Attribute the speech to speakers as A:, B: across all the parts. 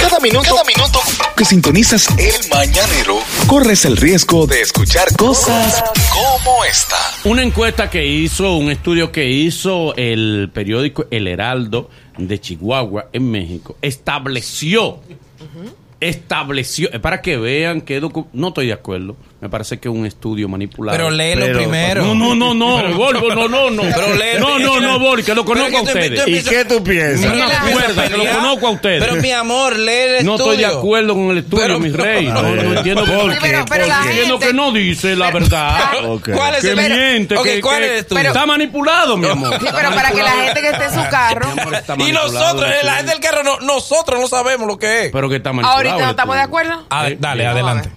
A: Cada minuto, cada minuto que sintonizas el mañanero, corres el riesgo de escuchar cosas como esta.
B: Una encuesta que hizo, un estudio que hizo el periódico El Heraldo de Chihuahua, en México, estableció estableció, eh, para que vean que docu- no estoy de acuerdo, me parece que es un estudio manipulado.
C: Pero léelo
D: Pero-
C: primero.
B: no, no, no, no, Volvo, no, no, no.
C: Pero
B: no,
C: léelo.
B: no, no, Vol, que lo conozco
C: Pero
B: a
C: que tú empe- tú
B: ustedes.
C: empe-
D: ¿Y qué tú piensas?
B: No,
C: Mira,
B: acuerda, que lo
C: pelea.
B: conozco a ustedes.
C: Pero mi amor, lee el
B: No estoy de
C: estudio.
B: acuerdo con el estudio,
C: Pero-
B: mi rey.
D: A
B: No,
D: ver,
B: no entiendo
D: ¿por
B: por
D: qué?
E: Pero- pero
D: ¿Por
E: la
D: qué?
E: gente-
B: Entiendo que no dice la verdad.
D: Ok.
C: ¿Cuál es
B: Que
C: el pero-
B: miente,
C: Ok,
B: que,
C: ¿cuál
B: que-
C: es el tuyo?
B: Está manipulado, mi amor.
E: Sí, pero para que la gente que esté en su carro,
B: Mi amor, está
C: Y
B: manipulado
C: nosotros, eh,
B: el
C: la
B: estudio.
C: gente del carro, no, nosotros no sabemos lo que es.
B: Pero que está manipulado.
E: ahorita
B: el
E: no estamos de
B: estudio.
E: acuerdo.
C: Ah,
B: Eh,
C: dale,
B: eh,
C: adelante.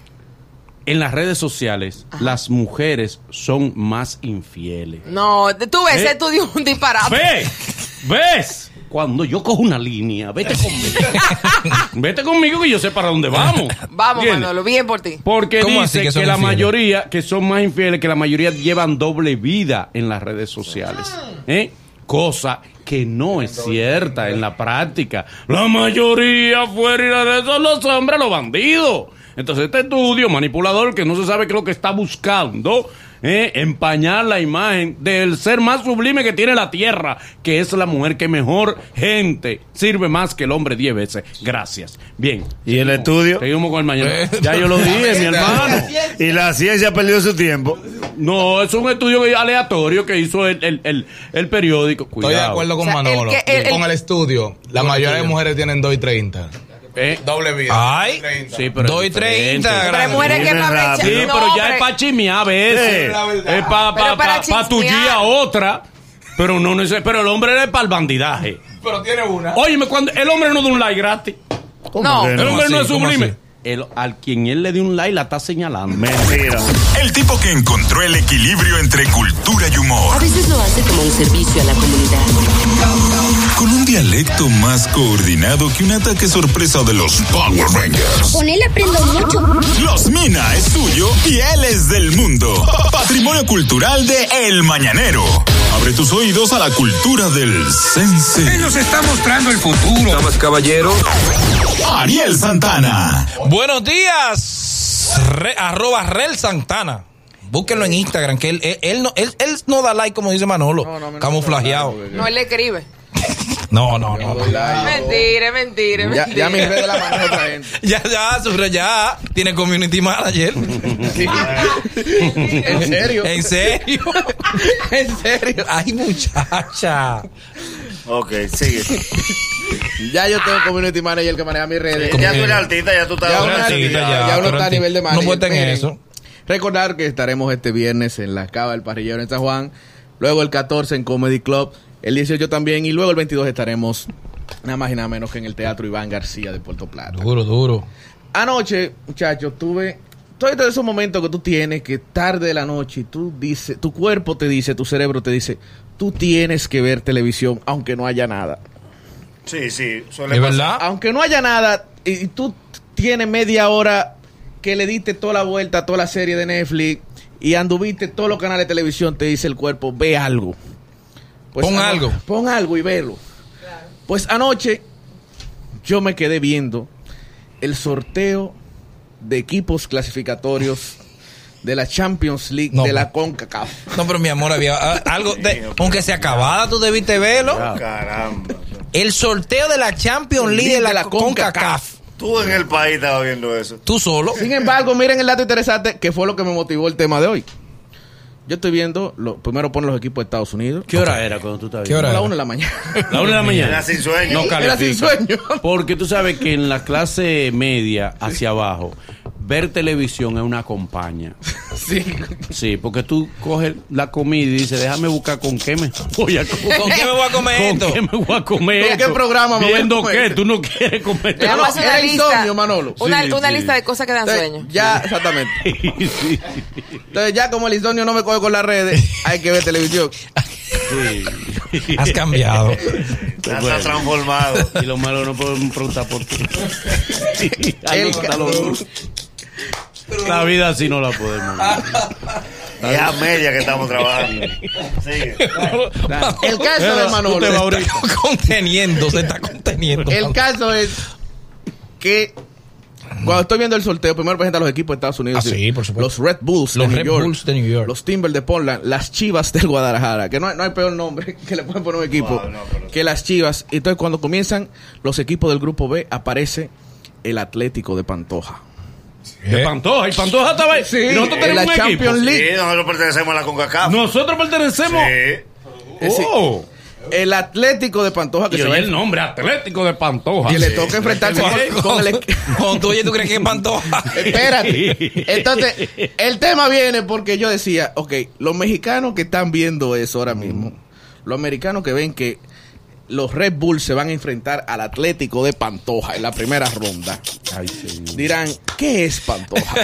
B: En las redes sociales, las mujeres son más infieles.
E: No, tú ves,
B: ¿Eh?
E: ese estudio es un disparate.
B: ¿Ves?
E: pues.
B: ¿Ves? Cuando yo cojo una línea, vete conmigo. vete conmigo que yo sé para dónde vamos.
E: Vamos,
B: ¿Entiendes?
E: Manolo, bien por ti.
B: Porque
C: ¿Cómo
B: dice
C: así que
B: que,
C: son
B: la
C: infieles?
B: mayoría, que son más infieles, que la mayoría llevan doble vida en las redes sociales. ¿eh? Cosa que no es cierta en la práctica. La mayoría fuera de son los hombres, los bandidos. Entonces este estudio manipulador que no se sabe qué es lo que está buscando, ¿eh? empañar la imagen del ser más sublime que tiene la tierra, que es la mujer que mejor gente sirve más que el hombre diez veces. Gracias. Bien.
D: ¿Y el estudio?
B: Seguimos con el mañana. Ya yo lo dije, mi hermano.
D: Y la ciencia perdió su tiempo.
B: No, es un estudio aleatorio que hizo el, el, el, el periódico. Cuidado.
C: Estoy de acuerdo con
E: O sea, el
C: Manolo.
E: que- el-
F: con el estudio, la mayoría de mujeres tienen 2 y 30.
B: Eh,
F: Doble vida.
C: Ay.
F: 30.
B: sí, pero es
C: Doy
B: diferente.
C: 30,
E: Pero hay mujeres que
D: Dime
E: para
D: rápido.
B: Sí,
E: brechar-
B: pero
E: no,
B: ya es
E: hombre.
B: para chismear a veces.
D: Sí.
F: La verdad.
B: Es para pa,
E: Pero para
B: pa- pa tullir
E: chismear.
B: a otra. Pero no, no es- pero el hombre es para el bandidaje.
F: Pero tiene una.
B: Óyeme, cuando el hombre no da un like gratis.
E: No.
D: que
B: El
D: no?
B: hombre no es
C: así? ¿Cómo
B: sublime.
C: así?
B: El, al quien él le dio un like la está señalando.
D: Mentira.
A: El tipo que encontró el equilibrio entre cultura y
G: A
A: humor,
G: veces lo hace como un servicio a la comunidad.
A: con un dialecto más coordinado que un ataque sorpresa de los Power Rangers.
H: Con él aprendo mucho.
A: Los Mina es suyo y él es del mundo. Patrimonio cultural de El Mañanero. Abre tus oídos a la cultura del sense.
F: nos está mostrando el futuro.
A: Ariel Santana.
C: Buenos días, Re- arroba Rel Santana. Búsquenlo en Instagram, que él, él, él no, él, él no da like, como dice Manolo. camuflajeado.
E: No, él le escribe.
C: No, no, no.
E: Mentira, mentira,
F: Ya,
E: mentira.
F: ya mi red la mano otra gente.
C: Ya, ya, su red ya. Tiene community manager.
F: ¿En serio?
C: ¿En serio? ¿En serio? Ay, muchacha.
D: Ok, sigue.
F: Ya yo tengo community manager que maneja mis redes.
C: ¿Cómo
F: Ya,
D: Ya tú eres altita, ya tú estás.
F: ya uno,
C: ahora sí,
F: ya,
C: ya,
F: ya uno
C: ahora
F: está a
C: sí.
F: nivel de
C: No
F: manager.
C: voten en
F: Miren,
C: eso.
F: Recordar que estaremos este viernes en la Cava del Parrillero en San Juan. Luego el 14 en Comedy Club. El 18 también. Y luego el 22 estaremos nada más y nada menos que en el Teatro Iván García de Puerto Plata.
C: Duro, duro.
F: Anoche, muchachos, tuve todo este- esos momentos que tú tienes que tarde de la noche y tú dices, tu cuerpo te dice, tu cerebro te dice, tú tienes que ver televisión aunque no haya nada.
D: Sí, sí. Suele
C: ¿De
D: pasar.
C: verdad?
F: Aunque no haya nada y, y tú tienes media hora que le diste toda la vuelta a toda la serie de Netflix y anduviste todos los canales de televisión, te dice el cuerpo, ve algo. Pues
C: Pon
F: ano-
C: algo.
F: Pon algo y velo. Pues anoche yo me quedé viendo el sorteo de equipos clasificatorios de la Champions League
C: No,
F: de
C: ma-
F: la CONCACAF.
C: No, pero mi amor, había ah, algo. de- aunque se acabara, tú debiste verlo.
D: Caramba.
C: El sorteo de la Champions League de la, CONCACAF.
D: Tú en el país estabas viendo eso.
C: Tú solo.
F: Sin embargo, miren el dato interesante que fue lo que me motivó el tema de hoy. Yo estoy viendo, lo, primero ponen los equipos de Estados Unidos.
B: ¿Qué hora era cuando tú estabas
C: ¿Qué hora?
F: A
C: era?
F: la una de la mañana.
B: viendo? La una de la mañana.
D: Era sin sueño.
B: No
F: Era sin
B: califica.
F: sueño.
B: Porque tú sabes que en la clase media hacia abajo, ver televisión es una compañía.
F: Sí.
B: Sí, porque tú coges la comida y dices, déjame buscar con qué me voy a comer.
C: ¿Con qué me voy a comer
B: ¿Con
C: esto?
B: qué me voy a comer?
F: ¿Con qué
B: esto?
F: programa me voy a
B: ¿Viendo
F: comer?
B: qué? Tú no quieres comer.
E: Vamos a hacer una
F: Era
E: lista.
F: insomnio, Manolo.
E: Una,
B: Sí,
E: una
B: sí.
E: lista de cosas que dan
F: Entonces,
E: sueño.
F: ya, exactamente.
B: Sí, sí.
F: Entonces, ya como el insomnio no me coge con las redes, hay que ver televisión.
C: Has cambiado.
D: Ya está transformado.
B: Y lo malo no podemos preguntar por qué. Sí, algo está lo duro. La vida así no la podemos.
F: Ah.
B: ver.
D: Es a media que estamos trabajando. Sigue.
F: El caso de
B: Tú te
F: Manolo.
B: vas
C: Está conteniendo, se está conteniendo.
F: El caso es que cuando estoy viendo el sorteo, primero presentan los equipos de Estados Unidos.
C: Ah, sí, por supuesto.
F: Los Red Bulls
C: Los
F: de
C: Red
F: New York.
C: Bulls de New York.
F: Los Timbers de Portland. Las Chivas del Guadalajara. Que no hay, no hay peor nombre que le pueden poner a un equipo
D: Wow, no, pero-
F: que las Chivas. Y Entonces, cuando comienzan los equipos del grupo B, aparece el Atlético de Pantoja.
B: De Pantoja. Y Pantoja estaba ahí. Y nosotros
F: en la
B: tenemos un equipo.
F: Champions League.
D: Sí, nosotros pertenecemos a la CONCACAF.
B: Nosotros pertenecemos.
D: Sí.
F: Es decir,
B: Oh.
F: El Atlético de Pantoja que
B: Y
F: se va
B: oye
F: a
B: el nombre Atlético de Pantoja.
F: Y le toca enfrentarse con, con el equ-
C: Con tú, oye, ¿tú crees que es Pantoja?
F: Espérate. Entonces, el tema viene porque yo decía, ok, los mexicanos que están viendo eso ahora mismo, los americanos que ven que los Red Bulls se van a enfrentar al Atlético de Pantoja en la primera ronda,
B: Ay, señor.
F: dirán, ¿qué es Pantoja?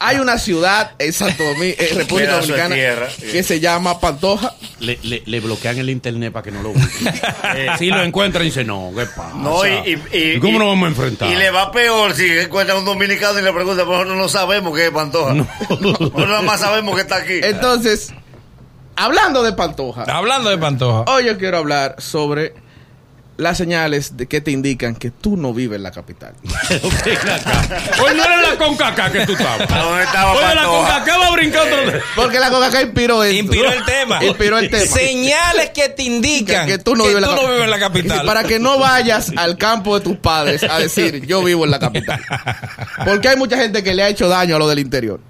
F: Hay una ciudad en Santo Domingo, eh, República
D: Pedazo de
F: Dominicana,
D: tierra.
F: que se llama Pantoja.
B: Le, le- le bloquean el internet para que no lo busquen. Eh, si lo encuentran, dice, no, ¿qué pasa?
D: No, y, y- y-
B: cómo
D: y-
B: nos vamos a enfrentar?
D: Y le va peor si encuentra un dominicano y le pregunta, pero nosotros no sabemos qué es Pantoja. No. nada más sabemos que está aquí.
F: Entonces, hablando de Pantoja,
C: Hablando de Pantoja.
F: Hoy yo quiero hablar sobre las señales de que te indican que tú no vives en la capital.
B: Ven acá. Hoy no era la concaca que tú estabas.
D: ¿A dónde estaba
B: Hoy la
D: Pantoja?
B: concaca va brincando.
F: Porque la coca inspiró esto.
C: Inspiró el tema.
F: Inspiró el tema.
C: Señales que te indican
F: Que, que tú no, vives, en la cap-
C: vives en la capital.
F: Para que no vayas al campo de tus padres a decir, yo vivo en la capital. Porque hay mucha gente que le ha hecho daño a lo del interior.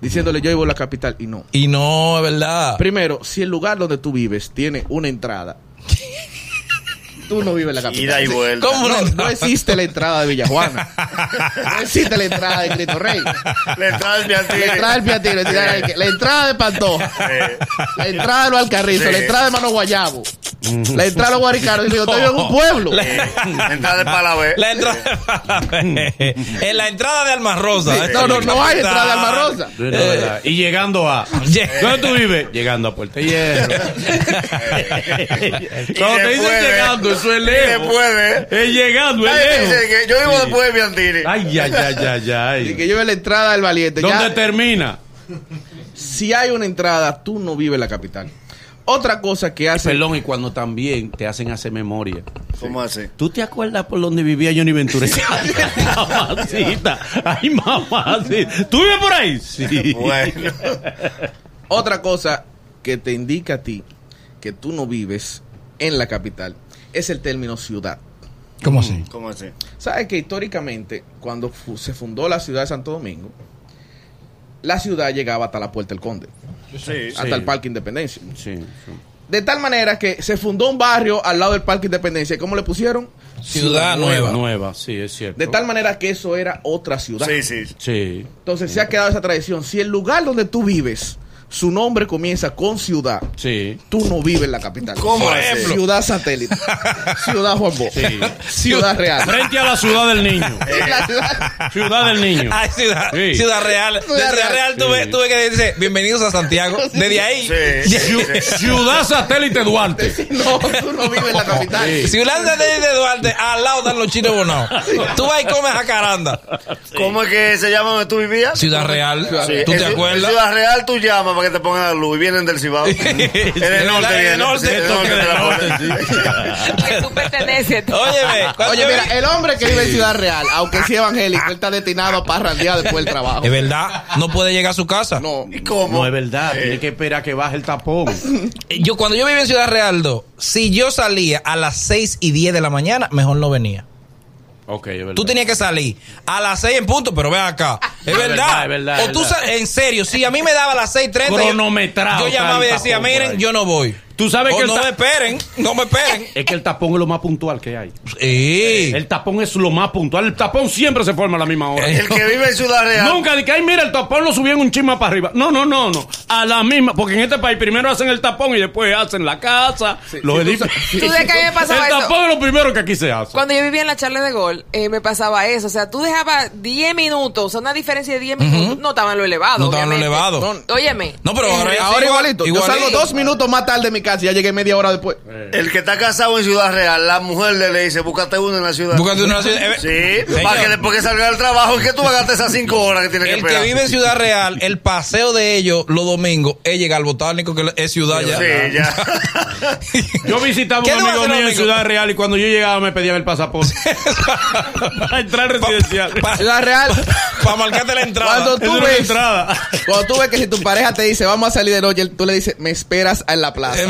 F: Diciéndole, yo vivo en la capital. Y no.
C: Y no, es verdad.
F: Primero, si el lugar donde tú vives tiene una entrada, tú no vives en la capital.
D: Ida y vuelta.
C: ¿Cómo
F: No,
C: no?
F: no existe la entrada de Villajuana. No existe la entrada de Cristo Rey.
D: Le entrada del Beatriz.
F: La entrada del Piatino, la entrada del- la entrada de Pantoja. La entrada de los Alcarrizos,
D: Sí.
F: la entrada de Mano Guayabo. La entrada de los Guaricaros. Y digo, estoy en un pueblo.
D: La Eh, entrada del Palabé.
C: La entrada
B: Eh,
C: en la entrada de Alma Rosa.
F: No, no, no hay entrada de Alma Rosa.
B: No, no,
D: Eh.
B: verdad. Y llegando a.
C: Llega-
B: ¿Dónde tú vives? Llegando a Puerto Hierro. Cuando te dicen
D: después de-
B: llegando, eso es
D: y
B: lejos.
D: después de-
B: Es llegando, es
D: Ay,
B: lejos.
D: dice que yo vivo después de Biantini.
B: Ay, ay, ay, ay,
F: Y
B: ay.
F: que yo veo la entrada del valiente.
B: ¿Dónde
F: Ya,
B: termina?
F: Si hay una entrada, tú no vives en la capital. Otra cosa que hace
B: Perdón, y cuando también te hacen hacer memoria.
D: ¿Cómo así?
B: ¿Tú te acuerdas por dónde vivía Johnny Ventura? mamacita. Ay, mamacita. ¿Tú vives por ahí? Sí.
D: Bueno.
F: Otra cosa que te indica a ti que tú no vives en la capital es el término ciudad.
C: ¿Cómo así?
D: ¿Cómo así?
F: ¿Sabes que históricamente, cuando fu- se fundó la ciudad de Santo Domingo, la ciudad llegaba hasta la Puerta del Conde,
D: Sí.
F: hasta el Parque Independencia?
B: Sí, sí.
F: De tal manera que se fundó un barrio al lado del Parque Independencia. ¿Y ¿Cómo le pusieron?
C: Ciudad nueva.
B: Nueva, sí, es cierto.
F: De tal manera que eso era otra ciudad.
D: Sí, sí.
B: Sí.
F: Entonces se ha quedado esa tradición. Si el lugar donde tú vives, su nombre comienza con ciudad,
B: Sí.
F: tú no vives en la capital.
D: ¿Cómo
F: Por
D: así?
F: ejemplo. Ciudad satélite. ciudad Juan Bosch. Ciudad real.
B: Frente a la ciudad del niño.
F: La ciudad-
B: Ciudad del niño.
C: Ay, ciudad,
B: Sí.
C: ciudad Real. De
F: Ciudad
C: Ciudad
F: Real.
C: Real tuve,
B: Sí.
C: tuve que decir, bienvenidos a Santiago. Desde ahí.
D: Sí.
B: Ciu- Ciudad satélite Duarte.
F: No, tú no vives en la capital.
C: Ciudad de de Duarte, al lado están los chinos bonados. Tú vas y comes jacaranda.
D: ¿Cómo es que se llama donde tú vivías?
C: Ciudad Real.
D: Sí,
C: ¿Tú
D: en
C: te
D: Ci- en
C: acuerdas?
D: Ciudad Real tú llamas para que te pongan la luz y vienen del Cibao. en el norte
C: En
D: vienen.
C: el norte,
D: Sí, en el norte
C: toque
D: te
C: del
D: la ponen.
B: norte,
E: Que tú perteneces. tú.
C: Óyeme, cuando
F: Oye,
C: yo
F: mira,
C: vi-
F: el hombre que vive en Ciudad Real, aunque sea evangélico, él está destinado a parrandear después del trabajo.
C: Es verdad, no puede llegar a su casa.
F: No,
D: ¿Y cómo?
B: Ah,
D: Eh,
B: No es verdad, tiene
F: Eh.
B: que esperar que baje el tapón.
C: Eh, Yo cuando yo vivía en Ciudad Real, do, si yo salía a las 6 y 10 de la mañana, mejor no venía.
B: Ok, es verdad.
C: Tú tenías que salir a las 6 en punto, pero ven acá. Es, verdad.
B: verdad, es verdad,
C: O tú
B: es verdad.
C: sal- en serio, si a mí me daba a las 6:30 yo-
B: Cronometrado,
C: yo, llamaba y
B: tal,
C: decía,
B: tapón por ahí.
C: "Miren, yo no voy."
B: Tú sabes
C: O
B: que el
C: no
B: ta-
C: me esperen, no me esperen.
B: Es que el tapón es lo más puntual que hay.
C: Sí.
B: El tapón es lo más puntual. El tapón siempre se forma a la misma hora.
F: Eh.
D: El que vive en Ciudad Real.
B: Nunca de que, ay, mira, el tapón lo subían un chisme para arriba. No, no, no, no. A la misma, porque en este país primero hacen el tapón y después hacen la casa, los
F: sí, tú
B: edificios.
F: sabes-
E: ¿Tú de qué a mí me pasaba
B: el
E: eso?
B: tapón es lo primero que aquí se hace.
E: Cuando yo vivía en la charla de gol, eh, me pasaba eso. O sea, tú dejabas 10 minutos, o sea, una diferencia de 10 minutos. No estaban lo elevado.
C: No estaban lo
E: obviamente.
C: elevado.
E: Óyeme.
C: No, pero ahora,
F: ahora igualito. Yo salgo dos minutos más tarde de mi casa y ya llegué media hora después.
D: El que está casado en Ciudad Real, la mujer le, le dice, búscate uno en la ciudad.
C: Búscate uno en la ciudad. Eh,
D: Sí,
C: señor.
D: para que después que salga del trabajo, ¿en qué tú vas a gastar esas cinco horas que tienes que
C: El que
D: esperar?
C: vive en Ciudad Real, el paseo de ellos los domingos es llegar al botánico, que es ciudad ya.
D: Sí, ya.
B: Yo visitaba
C: ¿Qué
B: un
C: le va a
B: amigo
C: hacer,
B: mío en
C: amigo?
B: Ciudad Real y cuando yo llegaba me pedían el pasaporte. Para entrar residencial.
F: Ciudad Real,
C: Para marcarte la entrada.
F: Cuando
B: Esa
F: tú
B: es la
F: ves,
B: entrada.
F: cuando tú ves que si tu pareja te dice, vamos a salir de noche, tú le dices, me esperas en la
C: Eh,
F: plaza.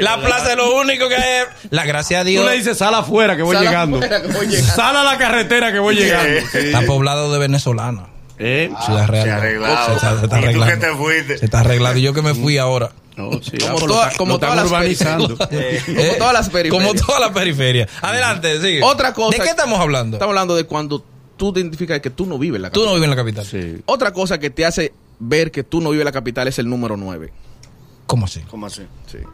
C: la plaza es lo único que es. La gracia a
B: Tú
C: Dios.
B: le dices, sal afuera que voy
F: Sal
B: llegando.
F: afuera que voy llegando. Ah,
B: Sal a la carretera que voy llegando.
C: Está poblado de venezolanos.
B: ¿Eh?
C: Ciudad Real.
D: se ha arreglado.
C: Se está, se está
D: ¿Y tú
C: arreglando.
D: que te fuiste?
C: Se está arreglando. Yo que me fui ahora.
B: No, sí,
F: Como
B: ah, pero
F: toda-
B: lo está-
F: como
B: lo están
F: todas las
B: urbanizando.
C: Eh,
F: todas las periferias.
C: Como todas las periferias. Adelante, sigue.
F: Otra cosa-
C: ¿De qué estamos hablando?
F: Estamos hablando de cuando tú te identificas que tú no vives en la
C: Tú
F: capital.
C: no vives en la capital.
B: Sí.
F: Otra cosa que te hace ver que tú no vives en la capital es el número 9.
C: ¿Cómo así?
D: ¿Cómo así?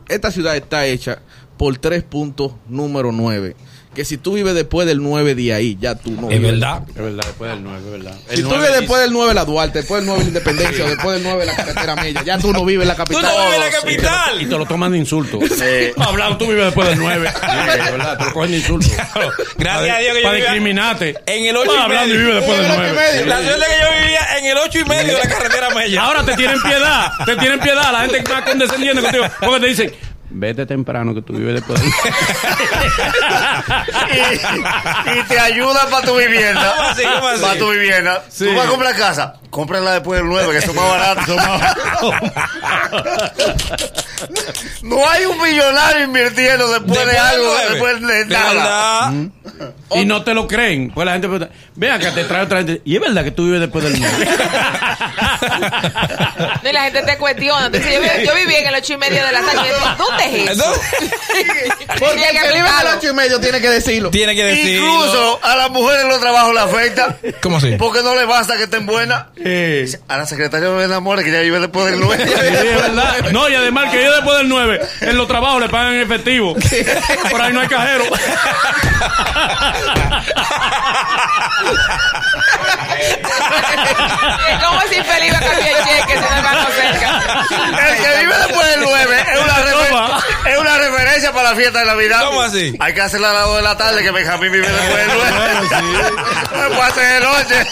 F: Esta ciudad está hecha por tres puntos número 9. Que si tú vives después del 9 de ahí, ya tú no
C: Es
F: vives.
C: verdad.
B: Es verdad, después del 9, es verdad.
F: Si tú vives después del 9 la Duarte, después del 9 la Independencia, después del 9 la carretera Mella, ya tú no vives en la
C: Tú
F: capital.
C: no vives en la
B: Y
C: capital.
B: te lo toman de insulto.
D: Sí.
B: Hablado, tú vives después del 9. Sí, es verdad, te lo cogen de insulto.
C: Gracias a Dios que yo
B: Para
C: vivía-
B: discriminarte.
C: En el ocho y
B: Ah, Hablando y
C: medio.
B: vive después del
F: En el ocho y
B: 9.
F: medio.
C: La suerte que yo vivía en el ocho y medio de la carretera
B: Y
C: Mella.
B: ahora te tienen piedad, te tienen piedad, la gente más condescendiente contigo, porque te dicen, vete temprano que tú vives después. del
D: y, y te ayuda para tu vivienda.
C: ¿Cómo así? ¿Cómo así?
D: Para tu vivienda.
B: Sí.
D: Tú vas a comprar casa. Cómprala después del 9, que eso es más barato. no hay un millonario invirtiendo después, de
C: del
D: algo,
C: nueve.
D: después de nada. Mm.
C: verdad.
B: y no te lo creen. Pues la gente pregunta, vean que te trae otra gente. Y es verdad que tú vives después del 9.
E: No, y la gente te cuestiona. Entonces, yo, vi- yo viví en el ocho y medio de la tarde. ¿Dónde es eso?
C: Entonces,
F: Porque el
E: Llega
F: que
E: a
F: vive en
E: Palo.
F: el 8 y medio tiene que decirlo.
C: tiene que decir.
D: Incluso Eh, a las mujeres en los trabajos la afecta.
C: ¿Cómo así?
D: Porque no le basta que estén buenas.
B: Eh, sí,
D: A la secretaria no le enamora que ya vive después del 9.
B: es verdad. No, y además que yo después del 9, en los trabajos le pagan en efectivo. Por ahí no hay cajero.
E: Es como si Felipe iba a cambiar el cheque si no hay banco cerca.
D: El que vive después del 9 es una,
B: Toma.
D: refer- es una referencia para la fiesta de Navidad.
C: ¿Cómo así?
D: Hay que hacerla a las 2 de la tarde que Benjamín vive después del 9. No puede hacer de noche.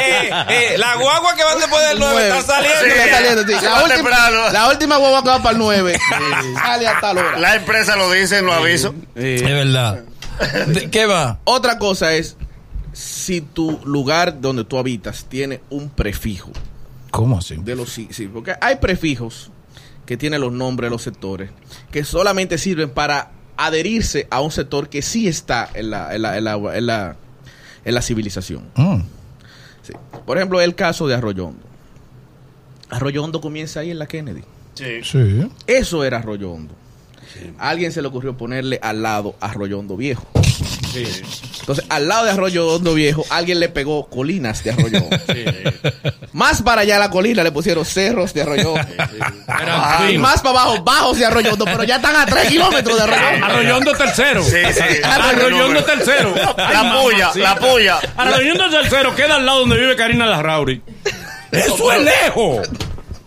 C: eh, eh, la guagua que va después del 9
F: Nueve.
C: está saliendo.
F: Sí, está saliendo, sí.
D: Se va
F: La, última,
D: temprano.
F: la última guagua que va para el 9. Sale hasta la hora.
D: La empresa lo dice en los avisos.
C: Es verdad. ¿De ¿Qué va?
F: Otra cosa es si tu lugar donde tú habitas tiene un prefijo.
C: ¿Cómo así?
F: de los sí, sí, porque hay prefijos que tienen los nombres de los sectores que solamente sirven para adherirse a un sector que sí está en la, en la, en la, en la- en la civilización.
C: Mm.
F: Sí. Por ejemplo, el caso de Arroyondo. Arroyondo comienza ahí en la Kennedy.
D: Sí.
C: Sí.
F: Eso era Arroyondo. A alguien se le ocurrió ponerle al lado Arroyondo Viejo. Entonces, al lado de Arroyondo Viejo, alguien le pegó colinas de Arroyondo. Más para allá de la colina le pusieron cerros de Arroyondo.
B: Era
F: Y
B: fin.
F: más para abajo, bajos de Arroyondo, pero ya están a 3 kilómetros de Arroyondo.
B: Arroyondo tercero.
D: Sí, sí.
B: Arroyondo tercero.
D: La puya, la puya.
B: Arroyondo tercero queda al lado donde vive Karina Larrauri. Eso es lejos.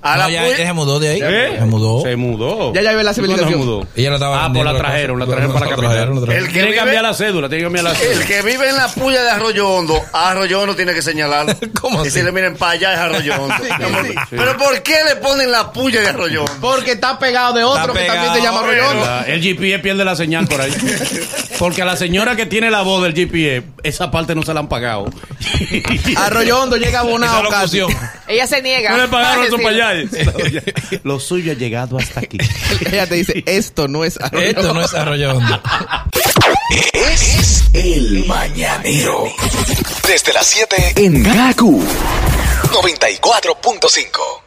D: A la
C: No, ya, ella
D: puya.
C: se mudó de ahí.
B: ¿Eh?
C: Se mudó.
B: Se mudó.
F: Ya, ya ve la
B: ¿Y cuándo se
F: civilización.
B: mudó?
C: Ella la estaba
B: ah, pues
C: vendiendo
B: la trajeron, la trajeron para la
C: trajeron, la
B: capital.
C: trajeron.
D: El que
B: Tiene que
D: vive-
B: cambiar la cédula, tiene que cambiar la
D: El
B: cédula.
D: que vive en la puya de Arroyo Hondo, a Arroyo Hondo tiene que señalarlo.
C: ¿Cómo
D: y
C: así?
D: si le miren para allá es Arroyo Hondo.
F: sí.
D: Pero ¿por qué le ponen la puya de Arroyo Hondo?
F: Porque está pegado de
C: Está
F: otro que también
C: pegado,
F: se llama Arroyondo.
B: Ah, El GPS pierde la señal por ahí. Porque a la señora que tiene la voz del GPS, esa parte no se la han pagado.
F: Arroyondo llega
C: Esa
F: abonado casi.
C: locución.
E: Ella se niega.
B: No le pagaron
E: Ah,
B: eso
E: sí.
B: para allá. Lo suyo ha llegado hasta aquí.
F: Ella te dice, esto no es Arroyondo.
C: Esto no es arroyo hondo.
H: Es el mañanero. Desde las 7 en Gaku 94.5.